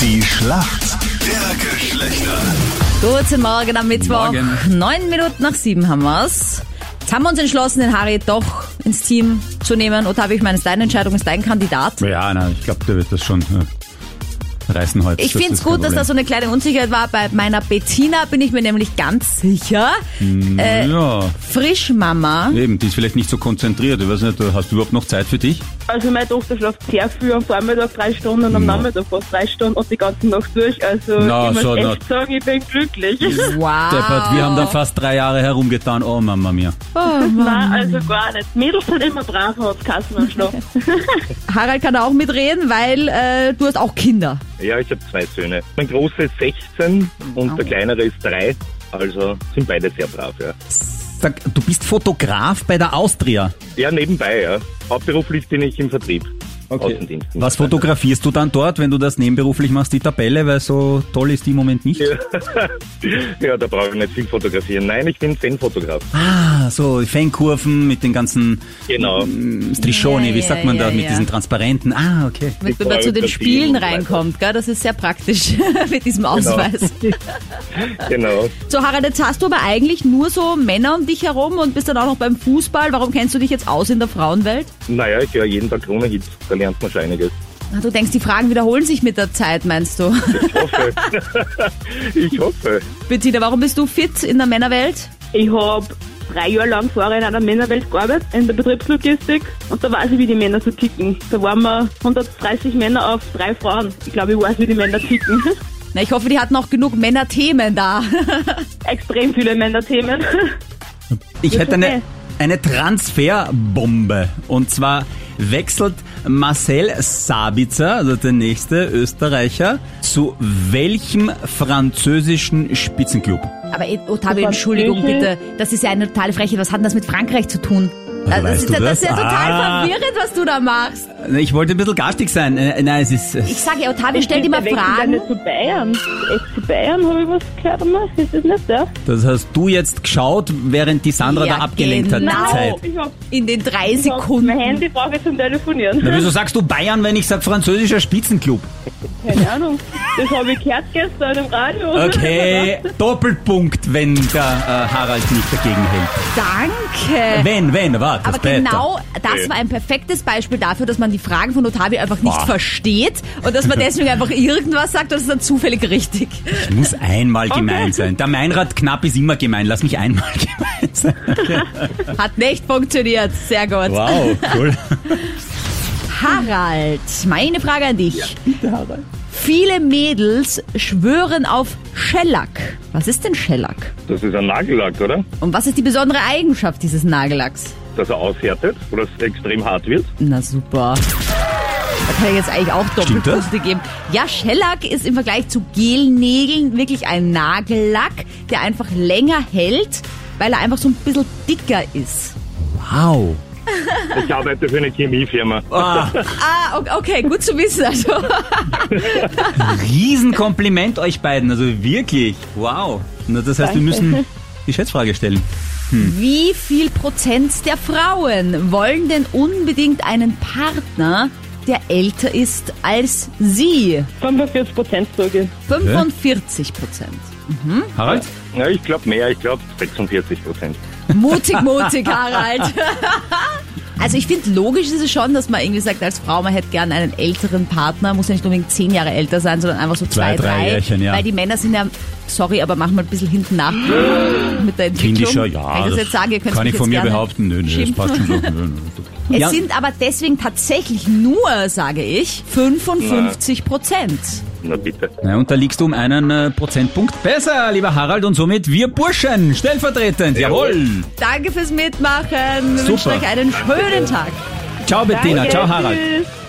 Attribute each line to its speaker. Speaker 1: Die Schlacht der Geschlechter.
Speaker 2: Guten Morgen am Mittwoch.
Speaker 3: Morgen.
Speaker 2: Neun Minuten nach sieben haben wir's. Jetzt haben wir uns entschlossen, den Harry doch ins Team zu nehmen. Ottavio, ich meine, es ist deine Entscheidung, es ist dein Kandidat.
Speaker 3: Ja, na, ich glaube, der wird das schon äh, reißen heute.
Speaker 2: Ich
Speaker 3: Das
Speaker 2: finde es
Speaker 3: ist kein
Speaker 2: gut, dass da so
Speaker 3: Problem.
Speaker 2: eine kleine Unsicherheit war. Bei meiner Bettina bin ich mir nämlich ganz sicher. Äh, Frischmama.
Speaker 3: Ja, eben, die ist vielleicht nicht so konzentriert. Ich weiß nicht, du- hast du überhaupt noch Zeit für dich?
Speaker 4: Also meine Tochter schläft sehr viel am Vormittag drei Stunden und am Nachmittag fast drei Stunden und die ganze Nacht durch. Also
Speaker 3: Mhm. Na,
Speaker 4: ich muss
Speaker 3: so,
Speaker 4: echt sagen, ich bin glücklich.
Speaker 2: Wow.
Speaker 3: Deppert, wir haben
Speaker 2: Ah.
Speaker 3: da fast drei Jahre herumgetan. Oh, Mama mia.
Speaker 4: Nein, also gar nicht. Mädels sind immer brav und Kassen am Schlaf.
Speaker 2: Harald kann da auch mitreden, weil äh, du hast auch Kinder.
Speaker 5: Ja, ich habe zwei Söhne. Mein großer ist 16 und der kleinere ist 3. Also sind beide sehr brav, ja.
Speaker 3: Sag, du bist Fotograf bei der Austria.
Speaker 5: Ja, nebenbei, ja. Hauptberuflich bin ich im Vertrieb. Außendienst.
Speaker 3: Was fotografierst du dann dort, wenn du das nebenberuflich machst, die Tabelle? Weil so toll ist die im Moment nicht.
Speaker 5: Ja, da brauche ich nicht viel fotografieren. Nein, ich bin Fanfotograf.
Speaker 3: Ah, so die Fangkurven mit den ganzen
Speaker 5: Genau.
Speaker 3: Strichoni,
Speaker 2: Ja,
Speaker 3: wie
Speaker 2: ja,
Speaker 3: sagt man
Speaker 2: ja,
Speaker 3: da, mit
Speaker 2: ja.
Speaker 3: diesen transparenten. Ah, okay.
Speaker 2: Wenn
Speaker 5: Ich
Speaker 2: man zu den
Speaker 5: freue mich, dass die
Speaker 2: Spielen
Speaker 5: Jugend weiter-
Speaker 2: reinkommt, gell? das ist sehr praktisch mit diesem Ausweis.
Speaker 5: Genau.
Speaker 2: So Harald, jetzt hast du aber eigentlich nur so Männer um dich herum und bist dann auch noch beim Fußball. Warum kennst du dich jetzt aus in der Frauenwelt?
Speaker 5: Naja, ich höre jeden Tag Krone-Hits. Da lernt man schon einiges.
Speaker 2: Ah, Du denkst, die Fragen wiederholen sich mit der Zeit, meinst du?
Speaker 5: Ich hoffe. ich hoffe.
Speaker 2: Bettina, warum bist du fit in der Männerwelt?
Speaker 4: Ich habe drei Jahre lang vorher in einer Männerwelt gearbeitet, in der Betriebslogistik. Und da weiß ich, wie die Männer so ticken. Da waren wir 130 Männer auf drei Frauen. Ich glaube, ich weiß, wie die Männer ticken.
Speaker 2: Na, ich hoffe, die hatten auch genug Männerthemen da.
Speaker 4: Extrem viele Männerthemen.
Speaker 3: Ich hätte
Speaker 4: okay.
Speaker 3: eine, eine Transferbombe. Und zwar wechselt Marcel Sabitzer, also der nächste Österreicher, zu welchem französischen Spitzenclub?
Speaker 2: Aber eh, Ottavio, Entschuldigung bitte, das ist ja eine totale Frechheit. Was hat denn das mit Frankreich zu tun? Also, das,
Speaker 3: weißt
Speaker 2: ist,
Speaker 3: du
Speaker 2: ja- das ist ja
Speaker 3: das?
Speaker 2: total
Speaker 3: Ah.
Speaker 2: verwirrend, was du da machst.
Speaker 3: Ich wollte ein bisschen garstig sein. Äh, Nein, es ist...
Speaker 2: Ich sage, ja, Ottavio, stell dir mal
Speaker 4: Der wechselt ja
Speaker 2: Fragen.
Speaker 4: nicht zu Bayern. Echt zu Bayern, habe ich was gehört einmal? Ist das nicht der?
Speaker 3: Das hast du jetzt geschaut, während die Sandra
Speaker 2: Ja,
Speaker 3: da abgelenkt
Speaker 2: genau.
Speaker 3: hat. Die Zeit.
Speaker 4: Ich habe
Speaker 2: In den drei
Speaker 4: mein
Speaker 2: Sekunden.
Speaker 4: Handy brauche ich zum Telefonieren.
Speaker 3: Na, wieso sagst du Bayern, wenn ich sag französischer Spitzenclub?
Speaker 4: Keine Ahnung. Das habe ich gehört gestern im Radio.
Speaker 3: Okay, Doppelpunkt, wenn der äh, Harald nicht dagegen hält.
Speaker 2: Danke.
Speaker 3: Wenn, wenn, warte.
Speaker 2: Aber
Speaker 3: später.
Speaker 2: genau das war ein perfektes Beispiel dafür, dass man die Fragen von Ottavio einfach nicht
Speaker 3: Boah.
Speaker 2: versteht und dass man deswegen einfach irgendwas sagt und es ist dann zufällig richtig.
Speaker 3: Muss einmal gemein sein. Der Meinrad knapp ist immer gemein. Lass mich einmal gemein sein.
Speaker 2: Hat nicht funktioniert. Sehr gut.
Speaker 3: Wow, cool.
Speaker 2: Harald, meine Frage an dich. Viele Mädels schwören auf Schellack. Was ist denn Schellack?
Speaker 5: Das ist ein Nagellack, oder?
Speaker 2: Und was ist die besondere Eigenschaft dieses Nagellacks?
Speaker 5: Dass er aushärtet oder es extrem hart wird.
Speaker 2: Na super. Da kann ich jetzt eigentlich auch
Speaker 3: Stimmt das?
Speaker 2: Doppelpunkte geben. Ja, Shellac ist im Vergleich zu Gelnägeln wirklich ein Nagellack, der einfach länger hält, weil er einfach so ein bisschen dicker ist.
Speaker 3: Wow.
Speaker 5: Ich arbeite für eine Chemiefirma.
Speaker 3: Ah,
Speaker 2: Ah, o- okay, gut zu wissen. Also,
Speaker 3: Riesenkompliment euch beiden. Also wirklich. Wow. Na, das heißt, wir müssen die Schätzfrage stellen.
Speaker 2: wie viel Prozent der Frauen wollen denn unbedingt einen Partner, der älter ist als sie?
Speaker 4: 45 Prozent zugehen.
Speaker 2: 45 Prozent.
Speaker 3: Harald?
Speaker 5: Ja, ich glaube mehr, ich glaube 46 Prozent.
Speaker 2: Mutig, mutig, Harald. Also ich finde, logisch ist es schon, dass man irgendwie sagt, als Frau, man hätte gern einen älteren Partner, muss ja nicht unbedingt zehn Jahre älter sein, sondern einfach so zwei,
Speaker 3: Zwei, drei Jährchen, ja.
Speaker 2: Weil die Männer sind ja, sorry, aber machen mal ein bisschen hinten nach mit der Entwicklung.
Speaker 3: Kindischer, ja.
Speaker 2: Kann ich das jetzt sagen? Ihr könnt
Speaker 3: kann
Speaker 2: mich
Speaker 3: ich von
Speaker 2: jetzt gerne
Speaker 3: mir behaupten. Nö, nö, das
Speaker 2: schimpfen.
Speaker 3: passt schon so. Nö, nö.
Speaker 2: Es
Speaker 3: Ja,
Speaker 2: sind aber deswegen tatsächlich nur, sage ich, 55 Prozent.
Speaker 5: Na bitte.
Speaker 3: na, und da liegst du um einen äh, Prozentpunkt besser, lieber Harald. Und somit wir Burschen, stellvertretend. Jawohl.
Speaker 2: Danke fürs Mitmachen. Ich wünsche
Speaker 3: Super.
Speaker 2: euch einen schönen Tag.
Speaker 3: Ciao, Bettina. Ciao, Harald.
Speaker 4: Tschüss.